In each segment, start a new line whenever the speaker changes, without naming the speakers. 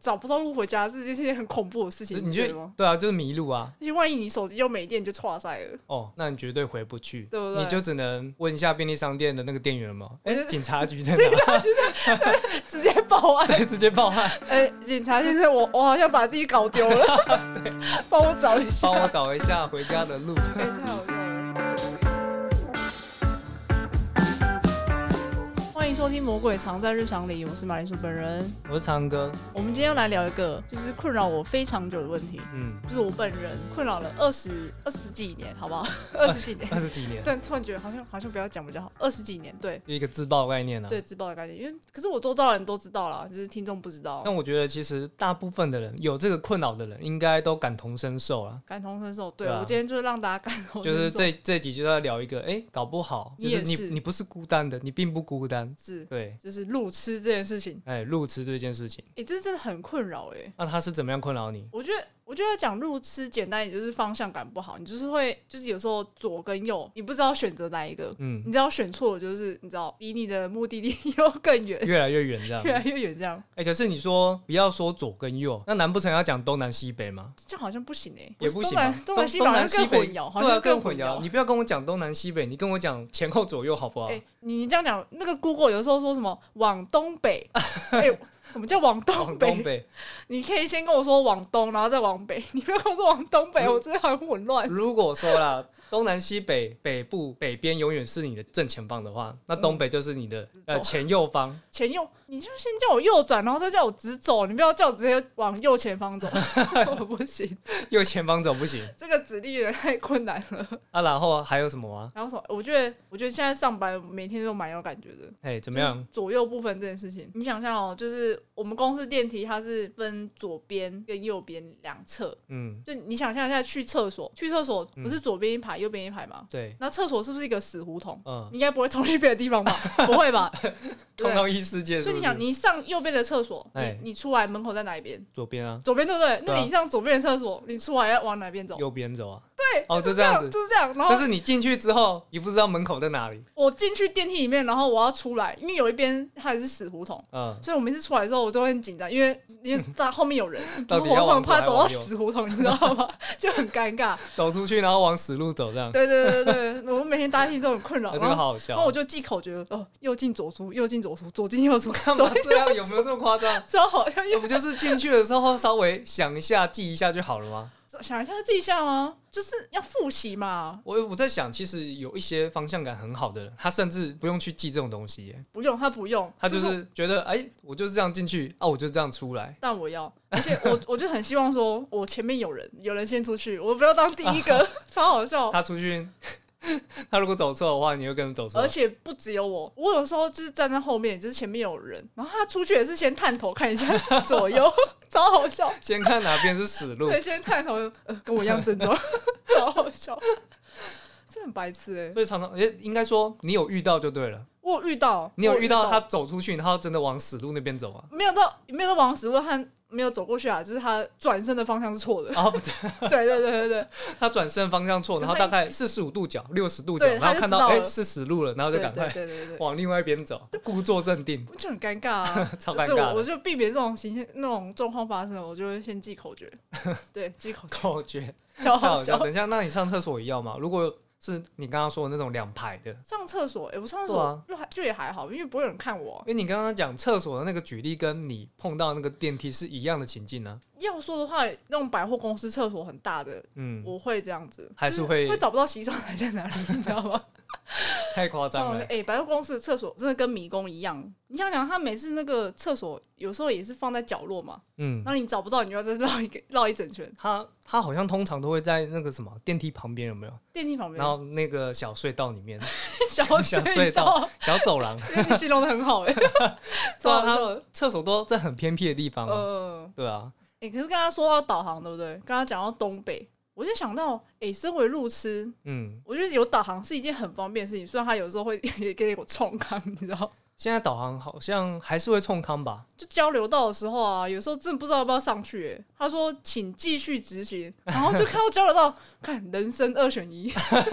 找不到路回家，这件事情很恐怖的事情，
你
觉
就
得吗？
对啊，就是迷路啊。
而且万一你手机又没电，你就错塞了。
哦，那你绝对回不去，
对不对
你就只能问一下便利商店的那个店员嘛，哎、
我就
警察局在哪？
直接报 案。
对，直接报案，
哎、警察先生，我我好像把自己搞丢了，帮我找一下
帮。我找一下回家的路。
哎、太好笑了。欢迎收听《魔鬼藏在日常里》，我是马铃薯本人。
我是长哥，
我们今天要来聊一个，就是困扰我非常久的问题，
嗯，
就是我本人困扰了二十二十几年，好不好？ 二十几年，
二十几年，
但突然觉得好像好像不要讲比较好。二十几年，对
有一个自爆概念啊。
对，自爆的概念，因为可是我周遭的人都知道啦，就是听众不知道，
但我觉得其实大部分的人有这个困扰的人，应该都感同身受啊。
感同身受。对
对啊
我今天就是让大家感同身
就
受，
是这这集就在聊一个，哎、搞不好
你
就
也
是你
是
你不是孤单的，你并不孤单。
是
对，
就是路痴这件事情，
哎、路痴这件事情，
哎、这真的很困扰哎、
那他是怎么样困扰你？
我觉得，我觉得讲路痴简单，也就是方向感不好，你就是会，就是有时候左跟右，你不知道选择哪一个，
嗯
你，知道选错了，就是你知道离你的目的地 又更远，
越来越远这 样。
越来越远，这样
哎、可是你说不要说左跟右，那难不成要讲东南西北吗？
这样好像不行哎、
也不行
东
吧
南东南西北好像更混淆，好
对啊，
像
更
混
混淆。。你不要跟我讲东南西北，你跟我讲前后左右好不好？
哎、你你这样讲，那个 Google 有时候说什么往东 北，哎、什么叫往东
往
北？
哦 东北。
你可以先跟我说往东，然后再往北。 你不要跟我说往东
嗯
北，我真的很混乱。
如果说啦，东南西北北部北边永远是你的正前方的话，那东北就是你的、 呃
嗯走
前右方。
前右，你就先叫我右转，然后再叫我直走，你不要叫我直接往右前方 走， 我不行，
右前方走不行
这个指令有点太困难了。
啊。然后还有什么啊？
然后说，我觉得，我觉得现在上班每天都蛮有感觉的。
哎、怎么样？？
左右部分这件事情，你想象哦，就是我们公司电梯它是分左边跟右边两侧，
嗯，
就你想象一下去厕所，去厕所不是左边一排、右边一排吗？
对，
那厕所是不是一个死胡同？
嗯，
你应该不会通去别的地 方吧？不会吧？对
通到异世界是
所以
不
你想，
是？
你上右边的厕所，
哎
你你出来门口在哪一边？
左边啊，
左边对不对？
对
那
啊
你上左边的厕所，你出来要往哪边走？
右边走啊。
对，
哦
就是
就这样子
就是这样。然
但
后
是你进去之后，你不知道门口在哪里。
我进去电梯里面，然后我要出来，因为有一边它也是死胡同，
嗯，
所以我每次出来的时候我都会很紧张，因为因 为大后面有人，
到底
然后
要
我很
往左
怕
还是
走到
往右
死胡同，你知道吗？ 就很尴尬。
走出去，然后往死路走这样。
对对对对对，我每天搭电梯都很困扰。
啊，这
然
个
后
好好笑
然后我。就记口诀，哦，右进左出，右进左出，左进右出，
干
左
嘛这样？有没有这么夸 张？
之后好像
那
又
不就是进去的时候稍微想一下、记一下就好了吗？
想一下记一下吗？就是要复习嘛，
我我在想，其实有一些方向感很好的人，他甚至不用去记这种东西耶，
不用他不用，
他就是觉得，哎、我就是这样进去啊，我就是这样出来。
但我要，而且我 我就很希望说，我前面有人，有人先出去，我不要当第一个， 超好笑。
啊他出去， 他如果走错的话，你又跟着走错。
而且不只有我，我有时候就是站在后面，就是前面有人，然后他出去也是先探头看一下 左右，超好笑。
先看哪边是死路，
对，先探头，呃，跟我一样正 装，超好笑。这很白痴哎、欸，
所以常常，也应该说你有遇到就对了。
我有遇到，
你有
我
遇到他走出去，然后真的往死路那边走啊？
没有到没有到往死路，他没有走过去啊，就是他转身的方向是错 的。
然后啊不对，
对对对对对，
他转身方向错，
可是
然
他
后大概四十五度角、六十度角，
对
然
他
后
就
看
知
到
道
哎、
了
是死路了，然后就
对
赶
对
快
对对对，
往另外一边走，故作镇定，
就很尴尬 啊。
超尴
就是我，
尬
我
的。
就避免这种形象、那种状况发生，我就会先记口 诀。对，记口诀，
口诀
超
太好
好
笑。
笑。
等一下，那你上厕所也要吗？如果是你刚刚说的那种两排的，
上厕所，哎、我上厕
对
所
啊
就还、就也还好，因为不会有人看我啊、
因为你刚刚讲厕所的那个举例，跟你碰到那个电梯是一样的情境呢、
要说的话，那种百货公司厕所很大的，
嗯，
我会这样子，
还
就是会
会
找不到洗手台在 哪里，你知道吗？
太夸张了。
哎、百货公司的厕所真的跟迷宫一样。你想想，他每次那个厕所有时候也是放在角落嘛，
嗯，
然后你找不到，你就要再绕一个绕一整圈，
他他好像通常都会在那个什么电梯旁边有没有？
电梯旁边
然后那个小隧道里面，
小
小
隧
隧 道，小走廊，
因为你形容的很好哎、
对
超
啊，
好笑的
他厕所都在很偏僻的地方啊。
呃，
对啊，
哎、可是刚刚说到导航，对不对？刚刚讲到东北，我就想到，哎、身为路痴，
嗯，
我觉得有导航是一件很方便的事情。虽然它有时候会 也给我冲康，你知道，
现在导航好像还是会冲康吧？
就交流道的时候啊，有时候真的不知道要不要上去、欸。他说请继续直行，然后就看到交流道，看人生二选一，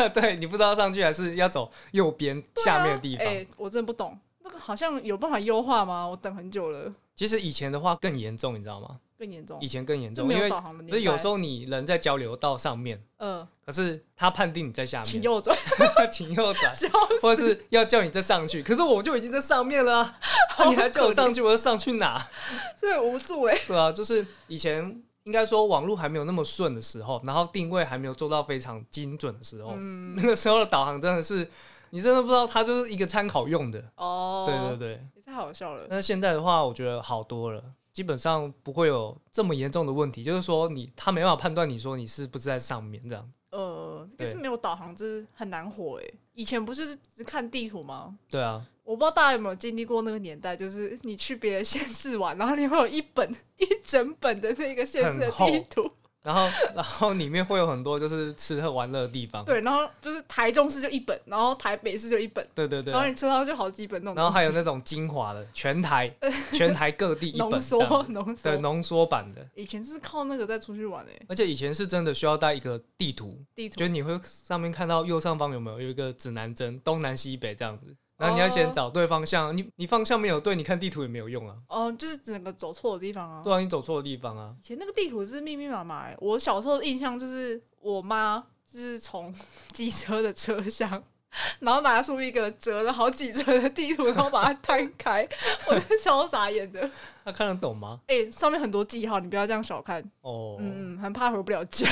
对你不知道上去还是要走右边下面的地 方。
啊欸哎、我真的不懂。那个好像有办法优化吗？我等很久了，
其实以前的话更严重，你知道吗？
更严重
以，前更严
哦就
重，
没
因
有
为
导航的年
所
代。
以有时候你人在交流道上面，
呃，
可是他判定你在下
请
面，
右转，
请右 转，
笑
或者是要叫你再上去，可是我就已经在上面了 啊，啊你还叫我上去，我要上去哪？
真的无助哎、
对啊，就是以前应该说网络还没有那么顺的时候，然后定位还没有做到非常精准的时候，
嗯
那个时候的导航真的是你真的不知道，它就是一个参考用的。
哦，
对对对，
也太好笑了。
那现在的话，我觉得好多了。基本上不会有这么严重的问题，就是说你他没办法判断你说你是不是在上面这样，
呃，可
对
是没有导航，真是很难活哎、以前不是只看地图吗？
对啊，
我不知道大家有没有经历过那个年代，就是你去别的县市玩，然后你会有一本一整本的那个县市的
很厚
地图，
然后 然后里面会有很多就是吃喝玩乐的地方，
对，然后就是台中市就一本，然后台北市就一本，
对对对，啊
然后你车上就好几本那种东西，
然后还有那种精华的 全台全台各地一
浓
本这
缩
样，
浓
对
缩。
浓缩版的，
以前是靠那个再出去玩诶、欸
而且以前是真的需要带一个地图，
地图
就是你会上面看到右上方有没有有一个指南针，东南西北这样子。然后你要
哦
先找对方向，你你方向没有对，你看地图也没有用啊，
哦、就是整个走错的地方啊。
对啊，你走错的地方啊。
以前那个地图是密密麻麻、欸，我小时候的印象就是我妈就是从机车的车厢， 然后拿出一个折了好几折的地图，然后把它摊开， 我是超傻眼 的。
他、看得懂吗？
哎、上面很多记号，你不要这样小看。
哦，哎、
嗯嗯，很怕回不了家。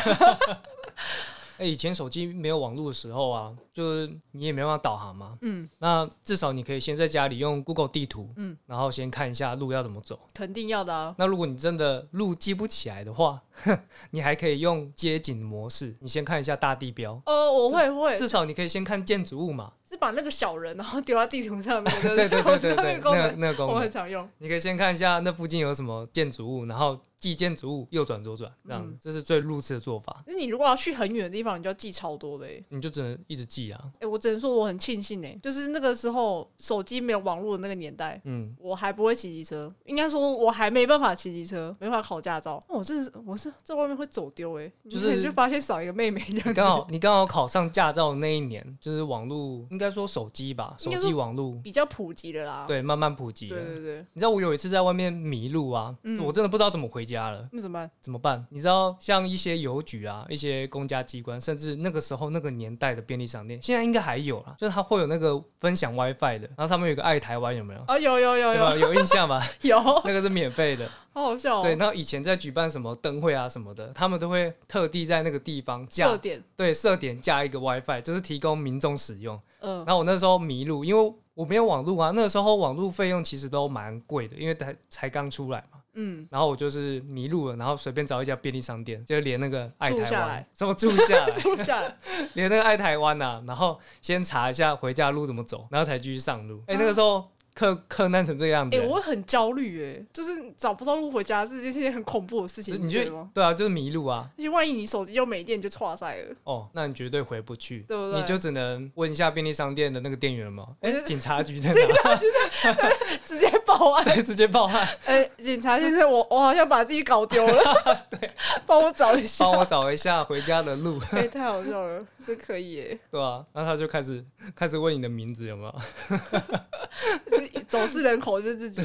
以前手机没有网络的时候啊，就是你也没办法导航嘛。
嗯，
那至少你可以先在家里用 Google 地图，
嗯
嗯，然后先看一下路要怎么走。
肯定要的啊。
那如果你真的路记不起来的话， 你还可以用街景模式，你先看一下大地标，
哦，我会会
至少你可以先看建筑物嘛。
是把那个小人，然后丢到地图上 面。
对对对对
哦我知道那
对
个，功
那个
能
那个
我
功
很
能，
常用。
你可以先看一下那附近有什么建筑物，然后记建筑物右转左转，这样、
嗯
这是最路痴的做法。
那你如果要去很远的地方，你就要记超多的、欸。
你就只能一直记啊，
哎、我只能说我很庆幸哎、就是那个时候手机没有网络的那个年代，
嗯，
我还不会骑机车，应该说我还没办法骑机车，没办法考驾照。我真的哦是我是在外面会走丢哎、欸，
就是
你就发现少一个妹妹这样子。
你刚好你刚好考上驾照的那一年，就是网络应该说手机吧，
应
手
该说
机网络
比较普及的啦。
对慢慢普及
对
了。
对对，
你知道我有一次在外面迷路啊，
嗯
我真的不知道怎么回家了。
那怎么办？
怎么办？你知道，像一些邮局啊，一些公家机关，甚至那个时候那个年代的便利商店，现在应该还有啦，就是它会有那个分享 WiFi 的，然后上面有个爱台湾，有没有？
啊，有有有
对
有
吧？有印象吧？
有，好
那个是免费的。
好笑、哦。
对，，然后以前在举办什么灯会啊什么的，他们都会特地在那个地方
这
架，
点，
对，设点架一个 WiFi，就是提供民众使用。
嗯、
然后我那时候迷路，因为我没有网路啊，那个时候网路费用其实都蛮贵的，因为才才刚出来嘛。
嗯，
然后我就是迷路了，然后随便找一家便利商店，就连那个爱
住下
台湾
来，
什么住下来，
住下 来，
连那个爱台湾呐、然后先查一下回家路怎么走，然后才继续上路。哎、那个时候克克难成这个样子、欸
哎、我会很焦虑哎、就是找不到路回家这件事情很恐怖的事
就
情，
是你
觉哦
就
得吗？
对啊，就是迷路啊，
而且万一你手机又没电，你就岔赛了。
哦，那你绝对回不去，
对不对
你就只能问一下便利商店的那个店员嘛，
我
哎、
觉得
警察局在哪？
直接报 案。
对，直接报案，
哎、警察先生，我我好像把自己搞丢了， 对，帮我找一下
帮。我找一下回家的路，
哎、太好笑了，这可以耶！
对吧、然后他就开始开始问你的名字有没有？
走私人口是自己，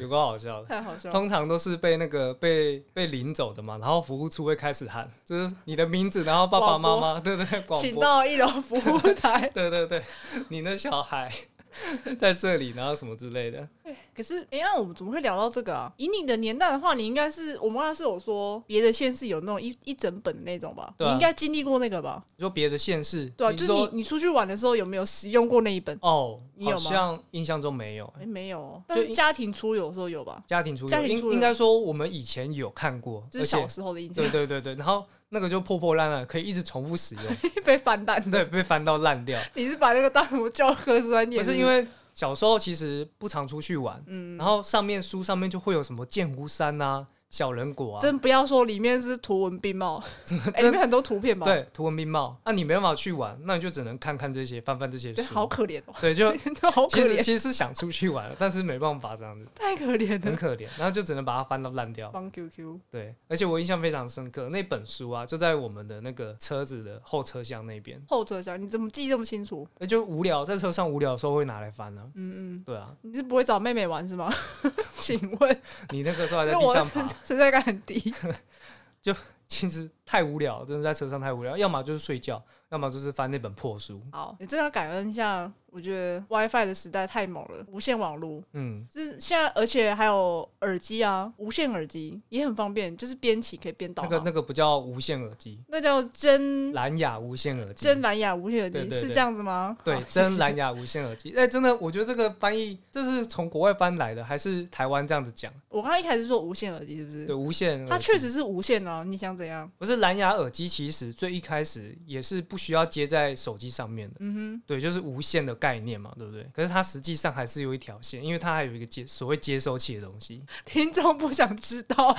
有个好笑的。
太好笑了。
通常都是被那个被被领走的嘛，然后服务处会开始喊，就是你的名字，然后爸爸妈妈，对对对，广
请
播，
到一楼服 务台。
对对对，你的小孩 在这里，然后什么之类的，
可是，哎、那我们怎么会聊到这个啊？以你的年代的话，你应该是我们刚才是有说别的县市有那种一一整本的那种吧？
对啊
你应该经历过那个吧？
你说别的县市，
对啊，
你
就是
说
你你出去玩的时候有没有使用过那一本？
哦，
你有
好
吗
像印象中没有、
哎、
欸
没有哦，但是
应
家庭出游的时候有吧？
家庭出
家
游，
庭出
应
游
应该说我们以前有看过，
就
而
是小
且
时候的印象
对，对对对，然后那个就破破烂烂，可以一直重复使用，
被翻烂。
对，被翻到烂掉，
你是把那个当什么教科书在念？
不是因
为，
为小时候其实不常出去玩，
嗯，
然后上面书上面就会有什么剑湖山呐、小人国啊，
真不要说里面是图文并 茂，哎，里面很多图片吧？
对，图文并茂。啊那、你没办法去玩，那你就只能看看这些，翻翻这些
对，
书。
好可怜哦，
对，就
好可
其实
怜，
其实是想出去玩，但是没办法这样子，
太可怜
很
了。
可怜。然后就只能把它翻到烂掉。
帮 QQ，
对，而且我印象非常深刻，那本书啊，就在我们的那个车子的后车厢那边，
后者讲你怎么记这么清楚？
那就无聊，在车上无聊的时候会拿来翻呢、
嗯嗯，
对啊，
你是不会找妹妹玩是吗？ 请问，
你那个时候还
因
在
为
地
我的
上
存
爬，
存在感很低。
其实太无聊，真的在车上太无聊，要么就是睡觉，要么就是翻那本破书。
好，你真的要感恩一下，我觉得 WiFi 的时代太猛了，无线网络。
嗯，
就是现在，而且还有耳机啊，无线耳机也很方便，就是边骑可以边导
那
航。
个那个不叫无线耳机，
那叫真
蓝牙无线耳机。
真蓝牙无线耳机
对对对
是这样子吗？
对
好，
真蓝。牙无线耳机。哎、真的，我觉得这个翻译这是从国外翻来的，还是台湾这样子讲？
我刚刚一开始说无线耳机是不
对，
是？
无线耳
它
机
确实是无线啊，你想怎样？
不是蓝牙耳机，其实最一开始也是不需要接在手机上面的。
嗯
对，就是无线的概念嘛，对不对？可是它实际上还是有一条线，因为它还有一个接所谓接收器的东西。
哼，听众不想知道，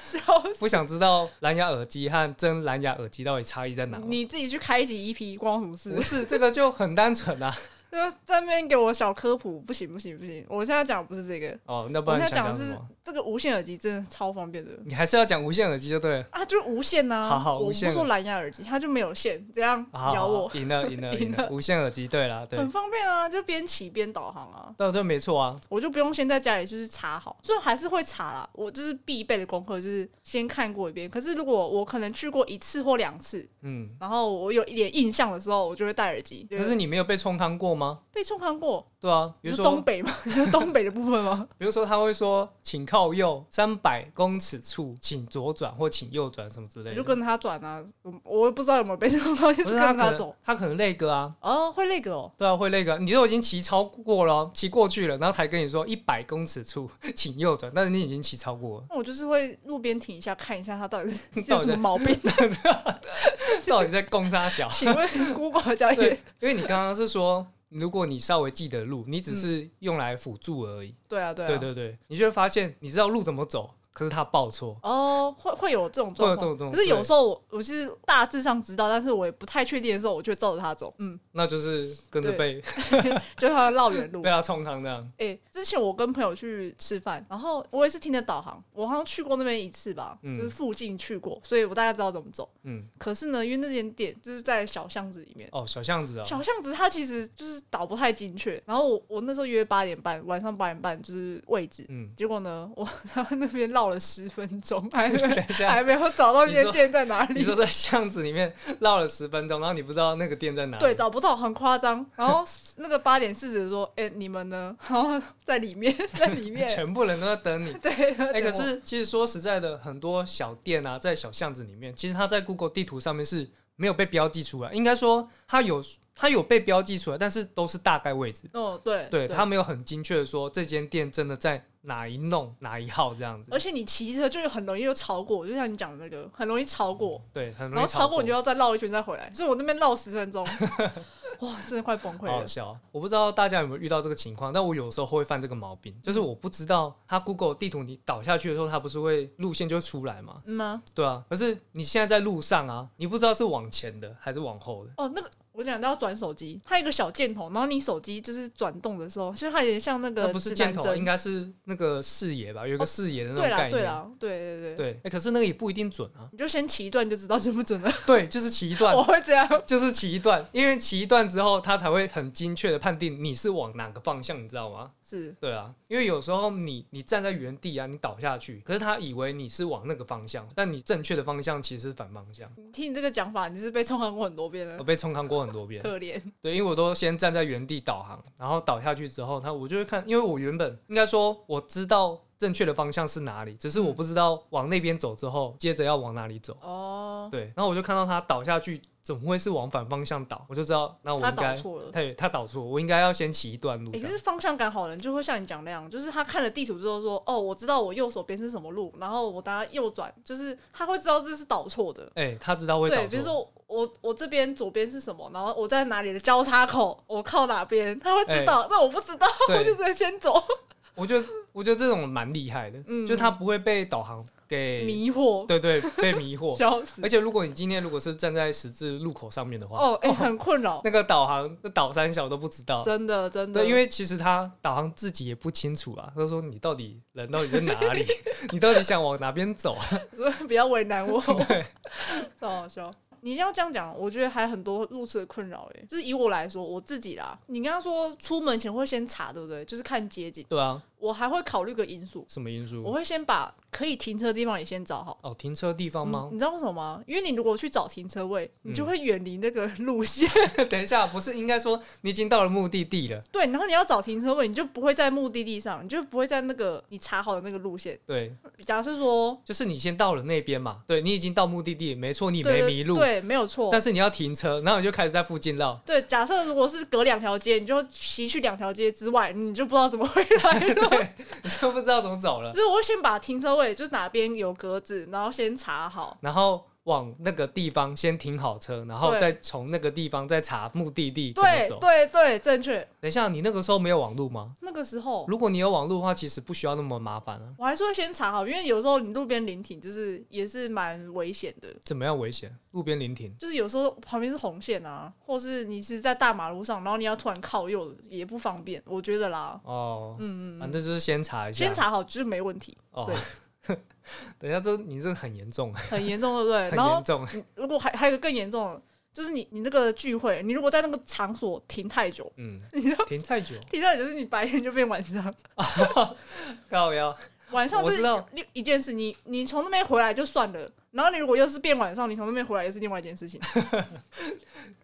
笑死
不想知道蓝牙耳机和真蓝牙耳机到底差异在哪吗？
你自己去开一集 EP，关我什么事
哦不？是这个就很单纯啊。
就在那边给我小科普，不行不行不行！我现在讲的不是这个，
哦，那不
我
然
现
你
在讲
想
的
讲什
是
么？
这个无线耳机真的超方便的
你还是要讲无线耳机就对了。
啊，就是无线呐、
好好
我
无
不
线
是说蓝牙耳机，它就没有线，这样
好好
咬我
好赢了，赢了，
赢
赢了！无线耳机，对啦，对
很，方便啊，就边骑边导航啊。
对对，没错啊。
我就不用先在家里就是查好，就还是会查啦。我这是必备的功课，就是先看过一遍。可是如果我可能去过一次或两次，
嗯，
然后我有一点印象的时候，我就会戴耳机。
可是你没有被冲康过吗？
被冲康过，
对啊，比
你是
如说
东 北吗？你是东北的部分吗？
比如说他会说，请靠右三百公尺处，请左转或请右转什么之
我
类
就
的。
跟他转啊，我我也不知道有没有被冲康，就
不
是跟
是他可
他
能
走。
他可能那个啊，
哦，会那个哦，
对啊，会那个，你都已经骑超过了哦，骑过去了，然后才跟你说一百公尺处 请右转，但是你已经骑超过了，
那我就是会路边停一下，看一下他到底是有
到
什么
底在
毛 病。？
到底在攻差小
请问 Google 小
对
姐，，
因为你刚刚是说，如果你稍微记得路，你只是用来辅助而已。
对啊，对啊，
对对对，你就会发现你知道路怎么走，可是他报错。
哦，会会有这种
会有
状
这
况，
种状况
可是有时候我我是大致上知道，但是我也不太确定的时候，我就照着他走，嗯，
那就是跟着被
就他绕远路
被。他冲康这样。
哎、之前我跟朋友去吃饭，然后我也是听着导航，我好像去过那边一次吧，
嗯
就是附近去过，所以我大概知道怎么走。
嗯，
可是呢，因为那间店就是在小巷子里面。
哦，小巷子啊、
小巷子它其实就是导不太精确，然后我我那时候约八点半，晚上八点半就是位置，
嗯，
结果呢，我他那边绕了十分钟，还没
等一下，
还没有找到那
你
间
说
店在 哪
你
里
说。在巷子里面绕了十分钟，然后你不知道那个店在哪里？
对，找不到，很夸张。然后那个八点四十说：“哎、你们呢？”然后在里 面，在里面。
全部人都在等你。
对，
哎、
对
可是其实说实在的，很多小店啊，在小巷子里面，其实它在 Google 地图上面是没有被标记出来。应该说它有它有被标记出来，但是都是大概位置，
我哦，对，
对，它没有很精确的说这间店真的在哪一弄哪一号这样子
而。且你骑车就是很容易就超过，就像你讲的那个，很容易超过，
对，很
然
容
后
易
超
过
过你就要再绕一圈再回来。所以我那边绕十分 钟，哇，真的快崩溃
好好
了。
笑哦。我不知道大家有没有遇到这个情况，但我有时候会犯这个毛病，
嗯
就是我不知道它 Google 地图你导下去的时候，它不是会路线就会出来嘛？
嗯吗？
对啊，可是你现在在路上啊，你不知道是往前的还是往后的。
哦，那个我讲到要转手机，它有一个小箭头，然后你手机就是转动的时候，其实它有点像那
那
个
不是
指
箭
南
头，啊
针。
应该是那个视野吧，有一个
哦
视野的那
对
种
啦，
概
对
念。
啦，对对对，
对，哎可是那个也不一定准啊。
你就先骑一段就知道准不准了。
对，就是骑一段
我，会这样。
就是骑一段，因为骑一段之后，它才会很精确的判定你是往哪个方向，你知道吗？
是，
对啊，因为有时候你你站在原地啊，你倒下去，可是他以为你是往那个方向，但你正确的方向其实是反方向。
你听你这个讲法，你是被冲康过很多遍
我
了，
被冲康过很 多遍，
可怜。
对，因为我都先站在原地导航，然后倒下去之后，他我就会看，因为我原本应该说我知道正确的方向是哪里，只是
嗯
我不知道往那边走之后，接着要往哪里走。
哦，
对，然后我就看到他倒下去，怎么会是往反方向倒？我就知道，那我
他
应
导
该
错了。
对他倒错，我应该要先骑一段路
欸
这
可
样。
是方向感好的人就会像你讲那样，就是他看了地图之后说：“哦，我知道我右手边是什么路，然后我等下右转。”就是他会知道这是导错的。
哎、他知道会
对，
倒
比如
错。
说我我这边左边是什么，然后我在哪里的交叉口，我靠哪边，他会知道。那我不知道，
哎对
我就直接先走。
我觉得我觉得这种蛮厉害的，
嗯
就它不会被导航给，
迷惑，
哎对对，被迷 惑。哎
笑死
而。且如果你今天如果是站在十字路口上面的话，
哦，哎、很困扰，
那个导航那导三小都不知道。
真的真的，
对，因为其实他导航自己也不清楚啊，他说你到底人到底在哪 里，你到底想往哪边走啊？
所以 比较为难 我，超好笑。你要这样讲，我觉得还很多路痴的困扰诶。就是以我来说，我自己啦，你刚刚说出门前会先查，对不对？就是看街景，
对啊，
我还会考虑个因素，
什么因
我
素？
会先把可以停车的地方也先找好。
哦，停车地方吗？
你知道为什么吗？因为你如果去找停车位，你就
嗯
会远离那个路线，
等一下，不是应该说你已经到了目的地了？
对。然后你要找停车位，你就不会在目的地上，你就不会在那个你查好的那个路线。
对，
假设说，
就是你先到了那边嘛，对你已经到目的地，没错，你
对
没
对
迷路，
对，没有错。
但是你要停车，然后你就开始在附近绕。
对，假设如果是隔两条街，你就骑去两条街之外，你就不知道怎么回来了。
你就不知道怎么走了
就。是我会先把停车位，就是哪边有格子，然后先查好。
然后往那个地方先停好车，然后
对
再从那个地方再查目的地怎么
对
走。
对对，正确。
等一下，你那个时候没有网路吗？
那个时候
如果你有网路的话，其实不需要那么麻烦啊。
我还是会先查好，因为有时候你路边临停，就是也是蛮危险的。
怎么样危险？路边临停，
就是有时候旁边是红线啊，或是你是在大马路上，然后你要突然靠右也不方便，我觉得啦。
哦，
嗯，
反正就是先查一下。
先查好就是没问题，
哦
对。
等一下，这你这个很严重，
很严重，对不对？
很
然后
严重。
如果还还有一个更严重的，就是你你那个聚会，你如果在那个场所停太久，
嗯，
你知道
停太久，
停太久就是你白天就变晚 上，
靠腰。
晚上
我
就
知
是
道
另一件事，你你从那边回来就算了，然后你如果又是变晚上，你从那边回来又是另外一件事情，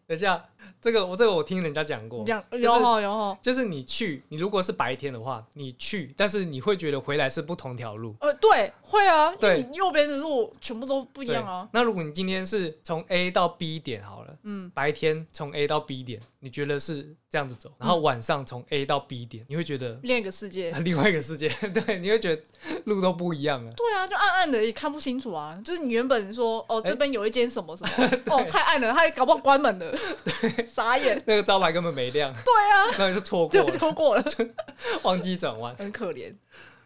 等一下，这个我这个我听人家讲过
你这，样
是
有哈有哈，
就是你去，你如果是白天的话，你去，但是你会觉得回来是不同条路。
呃对，会啊，因为
对
你右边的路全部都不一样啊，
对那如果你今天是从 A 到 B 点好了，
嗯，
白天从 A 到 B 点，你觉得是这样子走，
嗯
然后晚上从 A 到 B 点，你会觉得
另一个世界。
啊另外一个世界， 对，你会觉得路都不一样了。
对啊，就暗暗的也看不清楚啊。就是你原本说哦，
哎
这边有一间什么什 么，哦太暗了，它搞不好关门了，傻 眼。
那个招牌根本没亮，
对啊，
那你就错过
就
了，
就过了。
忘记转弯。
很可怜。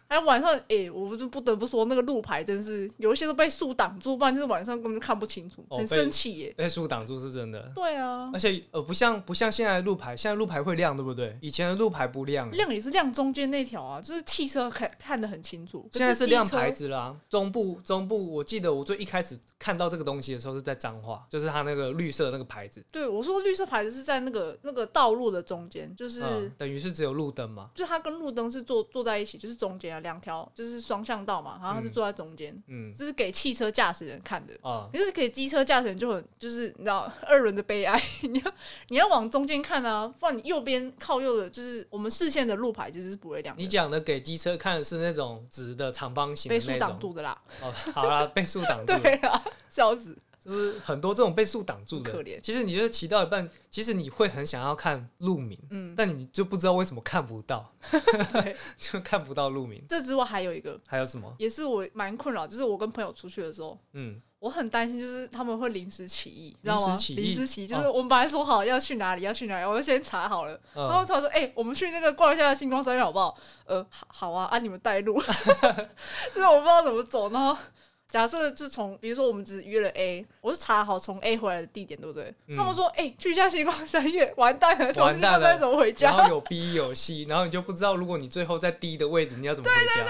还有晚上，诶，我就不得不说，那个路牌真是有一些都被树挡住，不然就是晚上根本就看不清楚，
哦
很
被
生气耶、
哎，树挡住是真的，
对啊，
而且呃，不像不像现在的路牌，现在路牌会亮，对不对？以前的路牌不亮，
亮也是亮中间那条啊，就是汽车看看得很清楚，
现在
可
是
是
亮
机车
牌子啦、中部中部，我记得我最一开始看到这个东西的时候是在彰化，就是它那个绿色的那个牌子。
对，我说绿色牌子是在那个那个道路的中间，就是、
嗯、等于是只有路灯嘛。
就它跟路灯是坐坐在一起，就是中间啊，两条就是双向道嘛，然后它是
嗯
坐在中间，
嗯
这是给汽车驾驶人看的。
啊、
就是给机车驾驶人就很就是你知道二轮的悲哀， 你要你要往中间看啊，不然你右边靠右的，就是我们视线的路牌其实是不会亮的，
你讲的给机车看的是那种直的长方形
被
的
树
那
挡
种。
住的啦，
哦，好啦，被树挡 住
对
了，
啊，笑死，
就是很多这种被树挡住的。
很可怜
其实你就是骑到一半，其实你会很想要看路名，
嗯，
但你就不知道为什么看不到，
对。
就看不到路名。
这之外还有一个，
还有什么？
也是我蛮困扰，就是我跟朋友出去的时候。
嗯，
我很担心，就是他们会临时起意，你知道
临
吗
时起？意哦
临时起意就是我们本来说好要去哪里，要去哪里，我就先查好了。
嗯
然后他说：“哎、我们去那个逛一下星光三月好不好？”呃，好好啊，啊，你们带路。 就是我不知道怎么走，然后假设是从，比如说我们只约了 A，我是查好从 A 回来的地点，对不对？
嗯
他们说：“哎、去一下星光三月，完蛋了，从
完
星光
蛋了
三月怎么回
然
家
后有 B 有 C，然后你就不知道，如果你最后在 D 的位置，你要怎么回家？？”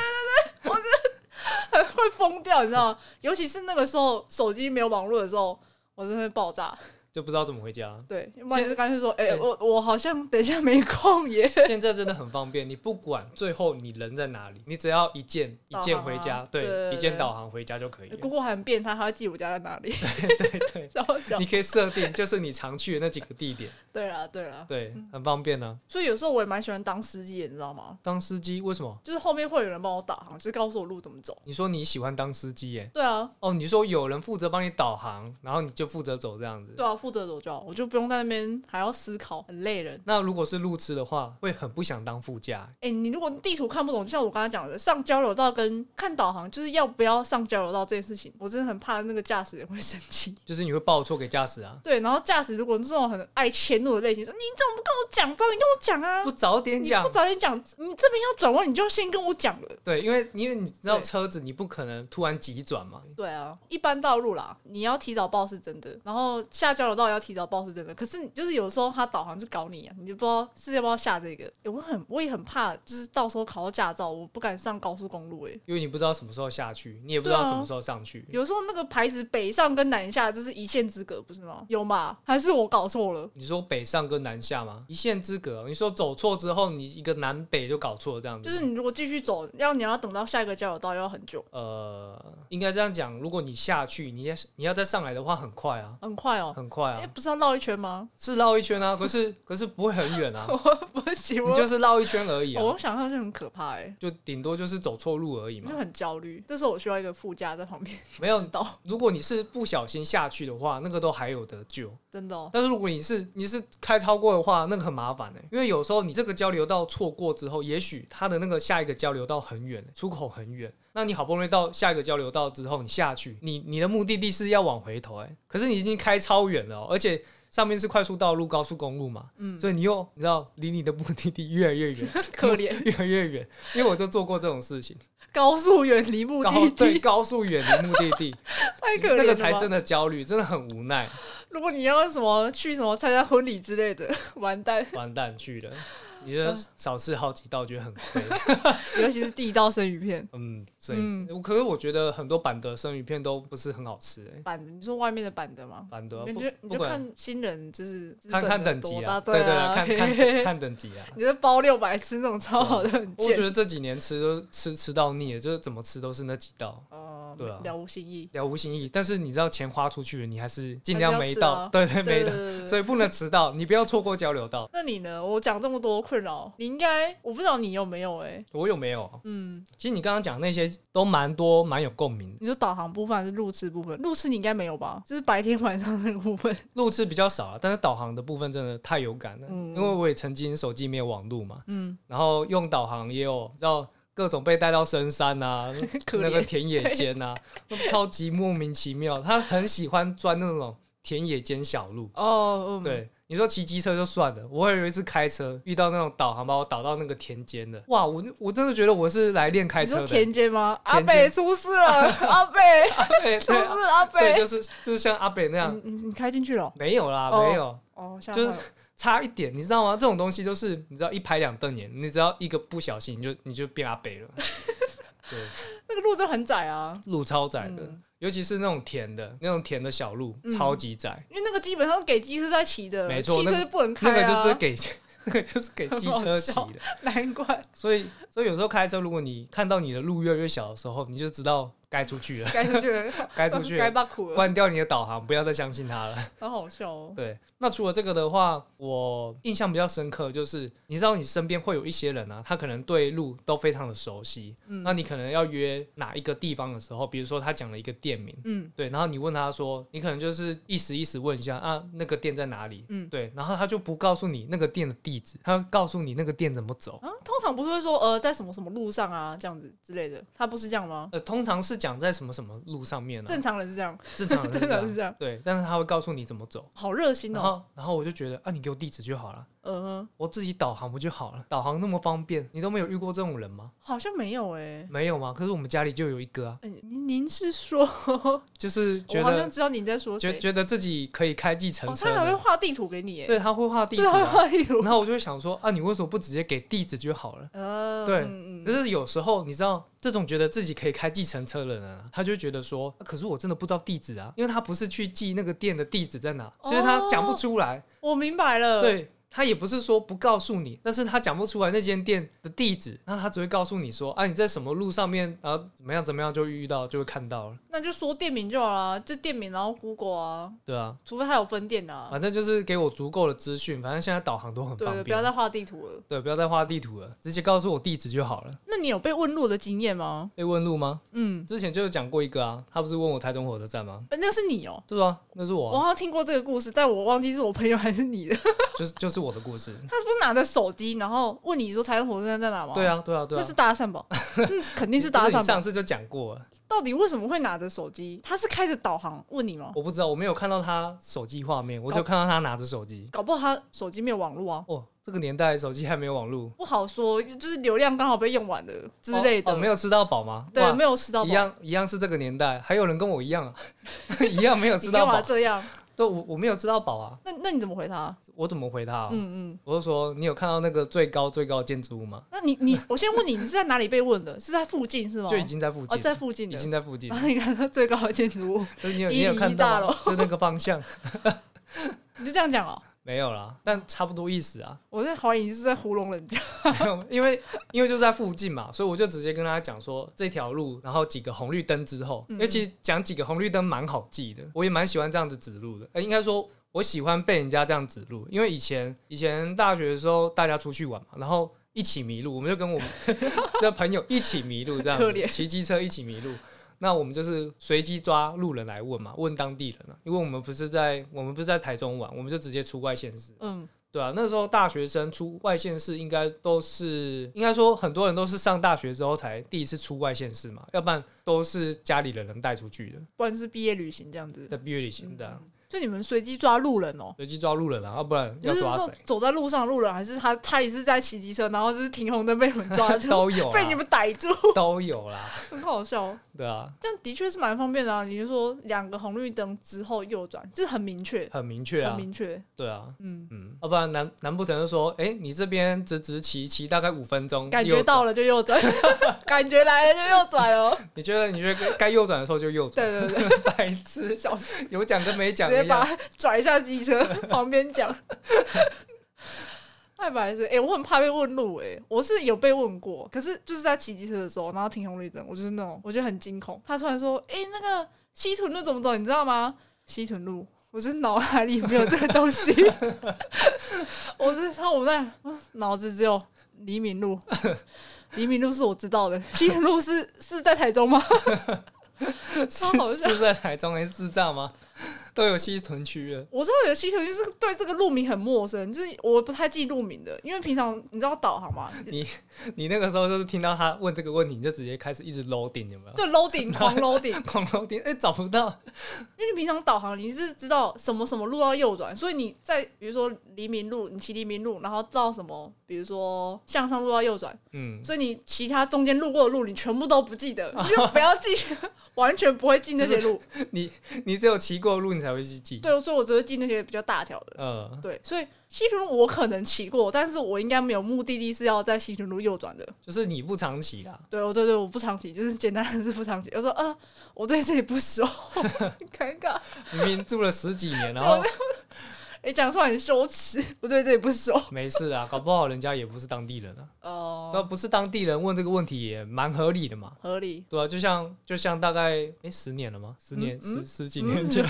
会疯掉，你知道吗？尤其是那个时候手机没有网络的时候，我真的会爆炸。
就不知道怎么回家。
对，要不然就是干脆说：“哎、
对
我我好像等一下没空耶。”
现在真的很方便，你不管最后你人在哪里，你只要一键一键回
导
家，
航啊对对
对，
对哎
一键导航回家就可以了。
姑姑还很变态，她会记我家在哪里，
对 对，
超小
你。可以设 定就是你常去的那几个地点，
对啦，对啊啦，
对，很方便呢、
所以有时候我也蛮喜欢当司机的，你知道吗？
当司机为什么？
就是后面会有人帮我导航，就是告诉我路怎么走。
你说你喜欢当司机耶？
对啊，
哦，你说有人负责帮你导航，然后你就负责走这样子。
对啊，负责者就好，我就不用在那边还要思考，很累人。
那如果是路痴的话，会很不想当副驾。
哎、你如果地图看不懂，就像我刚刚讲的，上交流道跟看导航，就是要不要上交流道这件事情，我真的很怕那个驾驶员会生气。
就是你会报错给驾驶啊，
对，然后驾驶如果是这种很爱迁怒的类型，说你怎么不跟我讲？早点跟我讲啊！
不早点
你
讲
不，早点讲，你这边要转弯，你就先跟我讲了。
对，因为因为你知道
对
车子你不可能突然急转嘛，
对啊，一般道路啦，你要提早报是真的，然后下交流道也要提早报是真的。可是你就是有时候他导航就搞你啊，你就不知道是要不要下这个。欸我很我也很怕，就是到时候考到驾照，我不敢上高速公路哎、欸
因为你不知道什么时候下去，你也不知
对啊
道什么时候上去。
有时候那个牌子北上跟南下就是一线之隔，不是吗？有吗？还是我搞错了？
你说北上跟南下吗？一线之隔。你说走错之后，你一个南北就搞错了这样子
就
吗。
是你如果继续走，要你要等到下一个交流道要很久，
呃，应该这样讲，如果你下去，你要你要再上来的话，很快啊，
很快哦。
很快
哎、
啊，
不是要绕一圈吗？
是绕一圈啊，可是可是不会很远啊，
不行，
你
我、
就是绕一圈而已啊，
我想象就很可怕哎、
就顶多就是走错路而已
就
嘛。
很焦虑。这时候我需要一个副驾在旁边，
没有
指导，
如果你是不小心下去的话，那个都还有得救。
真的、哦。
但是如果你是你是开超过的话，那个很麻烦哎、因为有时候你这个交流道错过之后，也许它的那个下一个交流道很远、出口很远。那你好不容易到下一个交流道之后，你下去，你你的目的地是要往回头哎、可是你已经开超远了哦、而且上面是快速道路、高速公路嘛，
嗯
所以你又你知道离你的目的地越来 越远，
可怜，
越来越远。因为我就做过这种事情，
高速远离目的
高哦对
地，
高速远离目的地，
太可怜了吧。
那个才真的焦虑，真的很无奈，
如果你要什么去什么参加婚礼之类的， 完蛋，
完蛋去了。你
嗯
就少吃好几道，觉得很 亏。
尤其是地道生鱼片。
嗯，所以、可是我觉得很多板的生鱼片都不是很好吃、欸，
板的，你说外面的板的吗？
板的啊
你
不
就你
不
就
管
看新人就是资
看
本
看
的
等级
多
啊，
大
对
对啊，
看
嘿
看
嘿
看等级啊。
你这包六百吃那种超好的很
我觉
贱，
得这几年吃都吃吃到腻了，就是怎么吃都是那几道，
哦
对啊
了无新意，
了无新意。但是你知道钱花出去了，你还是尽量
还
没
是要吃
到，
啊
对对
对
没
对
到，
对对
所以不能迟到，你不要错过交流道。
那你呢？我讲这么多困扰，你应该我不知道你有没有哎、
我有没有？
嗯，
其实你刚刚讲那些都蛮多，蛮有共鸣的。
你说导航部分还是路痴部分？路痴你应该没有吧？就是白天晚上那个部分，
路痴比较少啊，但是导航的部分真的太有感了，
嗯
因为我也曾经手机没有网路嘛，
嗯，
然后用导航也有，你知道各种被带到深山啊，
可
那个
怜。
田野间啊，超级莫名其妙。他很喜欢钻那种田野间小路。
哦，嗯，，
对，你说骑机车就算了，我有一次开车遇到那种导航把我导到那个田间的，哇，我我真的觉得我是来练开
你
车
说
的。
田间吗？阿
田间
北出事 了，阿北
对
出事
对
了，阿
对，
北，
就是就是像阿北那样，
你你你开进去了哦？
没有啦，
哦
没有。
哦，吓
就是
坏了
差一点，你知道吗？这种东西就是你知道一拍两瞪眼，你只要一个不小心，你就你就变阿 北了。对，
那个路就很窄啊，
路超窄的，
嗯
尤其是那种田的那种田的小路，
嗯
超级窄。
因为那个基本上给机车在骑的，
没错
汽车
那
是不能开啊。
那个就是给 那个就是给机
很
车
好
骑
笑
的，
难 怪
所以所以有时候开车，如果你看到你的路越来越小的时候，你就知道该出 去了，
该出去了，
该出去
该
了。
把苦了，
关掉你的导航，不要再相信它了。
好好笑哦。
对，那除了这个的话，我印象比较深刻就是，你知道你身边会有一些人啊，他可能对路都非常的熟悉，
嗯
那你可能要约哪一个地方的时候，比如说他讲了一个店名，
嗯，
对，然后你问他说，你可能就是一时一时问一下啊，那个店在哪里？
嗯
对，然后他就不告诉你那个店的地址，他告诉你那个店怎么走。
啊，通常不是会说呃，在什么什么路上啊，这样子之类的，他不是这样吗？
呃，通常是讲在什么什么路上面啊
正，常人是这样，
正 常
正常是
是
这样，
啊对，但是他会告诉你怎么走。
好热心
然
哦。
后，然后我就觉得啊，你给我地址就好了，
嗯哼，
我自己导航不就好了？导航那么方便，你都没有遇过这种人吗？
好像没有哎。
没有吗？可是我们家里就有一个啊，
嗯，您您是说，我
就是觉
好像
得
知道你在说
觉
谁
觉得自己可以开计程
哦，
车
他还会
的，
画地图给你哎，
对他会画地图、
对，他会
啊，
画地图。
然后我就会想说啊，你为什么不直接给地址就好了？
呃，
对
嗯
可
嗯
是有时候你知道，这种觉得自己可以开计程车的人啊，他就觉得说、啊可是我真的不知道地
哦
址啊，因为他不是去记那个店的地址在哪，所以他讲不出来。
我明白了。，
对，他也不是说不告诉你，但是他讲不出来那间店的地址，那他只会告诉你说啊，你在什么路上面，然后怎么样怎么样就遇到，就会看到了，
那就说店名就好啦，就店名，然后 Google 啊，
对啊，
除非它有分店啊。
反正就是给我足够的资讯，反正现在导航都很
对，
方
不要
便，
再画地图了。
对，不要再画地图了，直接告诉我地址就好了。
那你有被问路的经验吗？
被问路吗？
嗯，
之前就有讲过一个啊，他不是问我台中火车站吗？
呃那是你哦、
对啊，那是
我
我、啊，
好像听过这个故事，但我忘记是我朋友还是你的。
就是就是我的故事。
他是不是拿着手机，然后问你说台中火车站在哪吗？
对，啊，对啊，对
那
啊
是，搭讪 吧？嗯，肯定是
不
搭
你
讪吧
上。次就讲过了，
到底为什么会拿着手机？他是开着导航问你吗？
我不知道，我没有看到他手机画面，我
哦
就看到他拿着手机。
搞不好他手机没有网络啊，
哦，这个年代手机还没有网络
不好说，就是流量刚好被用完了 之类的。
哦哦没有吃到饱吗？
对，
哇
没有吃到
一
饱。
样一样是这个年代，还有人跟我一样啊， 一样没有
你
吃到
干嘛
饱。
这样？
对，我我没有吃到饱啊，
那那你怎么回他？
我怎么回他、啊？
嗯嗯，
我就说你有看到那个最高最高的建筑物吗？
那你你，我先问你，你是在哪里被问的？是在附近是吗？
就已经在附
哦，
近，
在附近
已
的。
经在附近
然，后你看到最高的建筑 物，
就是你有
一
你有
零一
看
大
到
楼
吗就那个方向。
你就这样讲哦。
没有啦，但差不多意思啊，
我在怀疑你是在糊弄人家。
没有 因为因为就在附近嘛，所以我就直接跟他讲说这条路，然后几个红绿灯之后，
嗯
因为其实讲几个红绿灯蛮好记的，我也蛮喜欢这样子指路的，呃、应该说。我喜欢被人家这样指路，因为以前以前大学的时候，大家出去玩嘛，然后一起迷路，我们就跟我们 的朋友一起迷路，这样
可
子
怜
骑机车一起迷路。那我们就是随机抓路人来问嘛，问当地人啊，因为我们不是在我们不是在台中玩，我们就直接出外县市。
嗯，
对啊，那时候大学生出外县市，应该都是应该说很多人都是上大学之后才第一次出外县市嘛，要不然都是家里人能带出去的，
不然就是毕业旅行这样子。
在毕业旅行的啊，
就你们随机抓路人哦。
随机抓路人啊，要不然
你
要
是
抓
说
谁？
走在路上的路人，还是他他也是在骑机车，然后就是停红灯被你们抓 住，
都有啦啊
被你们逮住，
都有啦，
很好笑。
对啊，
这样的确是蛮方便的啊。你就说两个红绿灯之后右转，就是很明确，
很明确
很
啊，
明确。
对啊，
嗯，
嗯，要不然难难不成就说，哎、你这边直直骑骑大概五分钟，
感觉到
了，
了就右转， 感觉来了就右转哦。
你觉得你觉得该该右转的时候就右转，
对对对，
白痴，
小
有讲跟没讲
直
一
接把
样，
它拽下机车 旁边讲。太白痴！哎、我很怕被问路、欸，我是有被问过，可是就是在骑机车的时候，然后停红绿灯，我就是那种，我觉得很惊恐。他突然说：“哎、那个西屯路怎么走？你知道吗？西屯路。”我就是脑海里没有这个东西， 我是他我在我脑子只有黎明路，黎明路是我知道的，西屯路是是在台中吗？超好笑
是是 在台中哎还是智障吗？ 都有西屯区了。
我知道有的需求就是对这个路名很陌生，就是我不太记路名的，因为平常你知道导航嘛，
你那个时候就是听到他问这个问题，你就直接开始一直 loading 有没有？
对 loading 狂 loading，
狂 loading，哎、找不到，
因为你平常导航你是知道什么什么路要右转，所以你在比如说黎明路，你骑黎明路，然后到什么，比如说向上路要右转，
嗯，
所以你其他中间路过的路你全部都不记得，你就不要记， 完全不会记那些路。
你你只有骑过路，你才会去记。
对，所以我只会记那些比较大条的。
呃，
对，所以西屯路我可能骑过，但是我应该没有目的地是要在西屯路右转的。
就是你不常骑啦，
对，我对对，我不常提，就是简单的是不常提。我说，呃，我对这里不熟， 很尴尬。
明明住了十几年，然
我
后
哎、讲出来很羞耻，我对这里不熟。
没事啊，搞不好人家也不是当地人啊。
哦、
那不是当地人问这个问题也蛮合理的嘛。
合理。
对啊，就像就像大概哎、诶十年了吗？十年、
嗯
十十几
嗯
年前，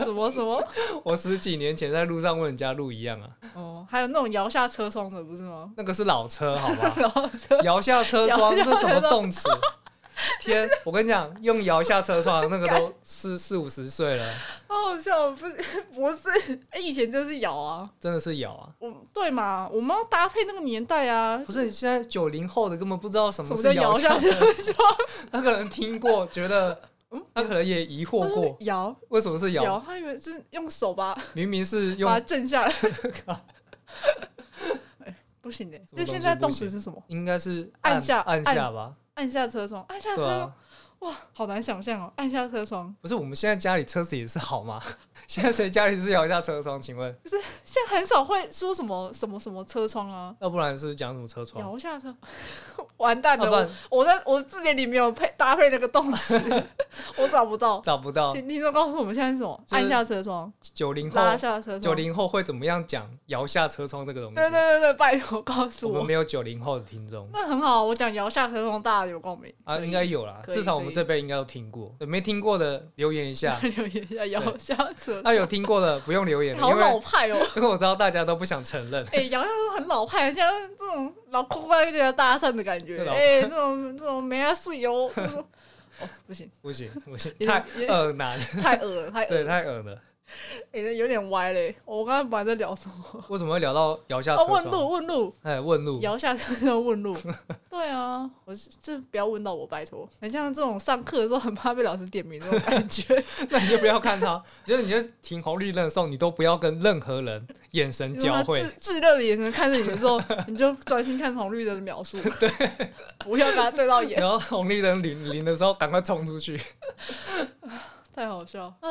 什么什么？
我十几年前在路上问人家路一样啊，
哦，还有那种摇下车窗的，不是吗？
那个是老车，好吧？
然后车
摇下车窗，
摇下
这什
车
么
窗
动词？天，我跟你讲，用摇下车窗那个都四 四五十岁了，
好好笑，哦不是不是，哎、以前真是摇啊，
真的是摇啊！
我对嘛，我们要搭配那个年代啊。
不是，现在九零后的根本不知道什
什么
么是
叫摇下
摇
车
车，
窗？
他可能 听过，觉得
嗯，
他可能也疑
他
惑
说
过，
摇
为什么是
摇，
摇？
他以为是用手吧，
明明是
把它
用，
震 下来。哎不行的、
什
这
么东
现
西
在
不
动
行
词是什么？
应该是
按下
按
按
下吧？
按下车窗，按下车
对
窗，
啊，
哇，好难想象哦！按下车窗，
不是我们现在家里车子也是好吗？ 现在谁家里是摇下车窗？请问，
现在很少会说什么什么什么车窗啊，
要不然是讲什么车窗？
摇下车，完蛋
要
了！
不然
我我在我字典里没有配搭配那个动词， 我找不到。
找不到
请听众告诉我们现在是什么？
哦就是
按下车窗，
九零后
拉下车窗。
九。零后会怎么样讲摇下车窗这个东西？
对对对对，拜托告诉
我们
我。
没有九零后的听众
那很好，啊我讲摇下车窗，大家有共鸣
啊，
可以
应该有啦，
可以
至少我
可
们
以，
这辈应该都听过。对没听过的留言一下
留言一下摇下车窗。
那啊有听过的不用留言了，
好
因
老
为
派哦。
因为我知道大家都不想承认。
哎，摇下车窗很老派，像这种老酷怪一点的搭讪的感觉
对。老
哎，这种这种没啊睡 哦。就是说哦，不行，
不行不行，
也
太
也
耳 难，
太恶了，太恶
对，
了，
太耳了。
哎，有点歪嘞。哦我刚才本来在聊什么？
为什么会聊到摇下
哦，
车
问
窗？
路，问路。
哎，问路，
摇下车窗问路。对啊，我是这不要问到我，拜托。很像这种上课的时候很怕被老师点名那种感 觉，
那你就不要看他，就是你就停红绿灯的时候，你都不要跟任何人眼神
就是
交
他
汇。
炙炙热的眼神看着你的时候，你就专心看红绿灯的描 述，对，不要跟他对到眼，
然后红绿灯临临的时候，赶快冲出去。
太好笑啊。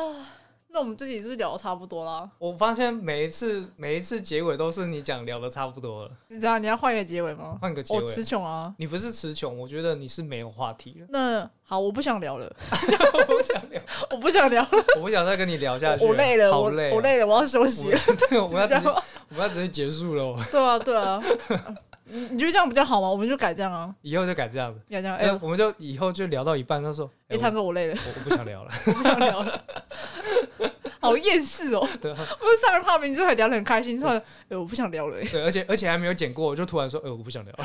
那我们这集是聊的差不多啦，
我发现每一次每一次结尾都是你讲聊的差不多了，
你知道你要换一个结尾吗？
换个结
我
尾。
词穷啊。。
你不是词穷，我觉得你是没有话题了
那好，我不想聊了，
我不想聊，
我不想聊了，
我不想再跟你聊下去
我累了，
好
我
累、哦啊
我，累了，我要休息了，
我我要直
知
接
道吗
我们要直接结束了哦，
对啊，对啊， 你你觉得这样比较好吗？我们就改这样啊，
以后就改这样子。
改这样。哎、
哎，我们就以后就聊到一半，他说：“
哎，
哎，
唱
我
歌我累了。
我我不想聊了。
不想聊了，好厌世哦！”
对啊，
不是上一趴明就还聊得很开心，突 然，哎、我不想聊了、欸，
对，而且而且还没有剪过，我就突然说：“哎，我不想聊了。”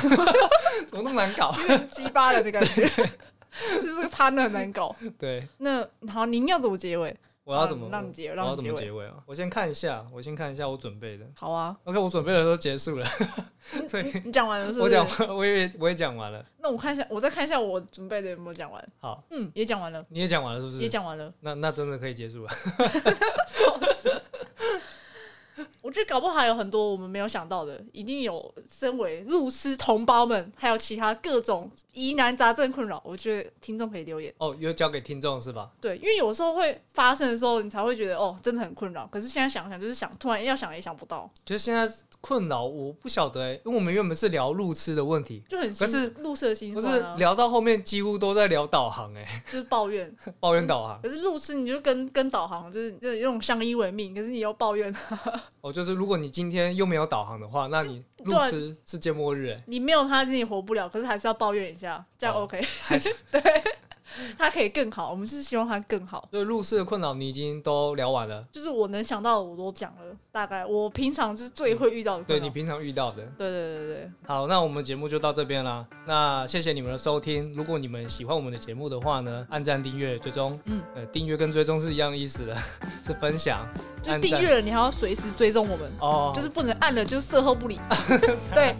怎么那么难搞？
鸡巴人的感觉， 就是这个趴呢很难搞。
对，
那好，您要怎么结尾？
我要怎么
啊？让你结，
我
让
要
你
怎
结
么
尾。
结尾啊？我先看一下，我先看一下我准备的。
好啊，
OK，我准备的都结束了， 所以
你讲完 了是不
我
是？
讲完，我也我也讲完了。
那我看一下，我再看一下我准备的有没有讲完。
好，
嗯，也讲完了，
你也讲完了是不
也
是？
讲完了。
那那真的可以结束了。
我觉得搞不好还有很多我们没有想到的，一定有身为路痴同胞们，还有其他各种疑难杂症困扰，我觉得听众可以留言。
哦，又交给听众是吧？
对，因为有时候会发生的时候，你才会觉得哦，真的很困扰。可是现在想想，就是想突然要想也想不到，
其实现在困扰我不晓得、欸，因为我们原本是聊路痴的问题，
就很
可是
入社心
不
酸
是
啊，
聊到后面几乎都在聊导航、欸，
就是抱怨。
哎，抱怨导航。
可是路痴你就跟跟导航就是就有种相依为命，可是你又抱怨，
哦，就是如果你今天又没有导航的话，那你
对
路痴世界末日、欸，
你没有他你也活不了，可是还是要抱怨一下，这样
哦
OK，、
还是
他可以更好，我们就是希望他更好。
就是路痴的困扰，你已经都聊完了。
就是我能想到的我都讲了，大概我平常就是最会遇到的
对
困扰。
你平常遇到的，
对对对对，
好，那我们节目就到这边啦。那谢谢你们的收听，如果你们喜欢我们的节目的话呢，按赞、订阅、追踪，
嗯，
呃，订阅跟追踪是一样意思的， 是分享
就是
按赞
订阅了，你还要随时追踪我们，
哦，
就是不能按了就事后不 理。对，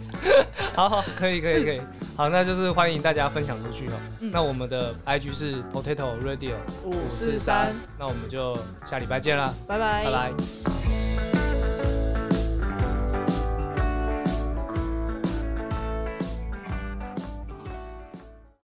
好好，可以可以可以，好，那就是欢迎大家分享出去哦。
嗯
那我们的 IG 是 Potato Radio
五四三，
那我们就下礼拜见啦，
拜拜
拜拜。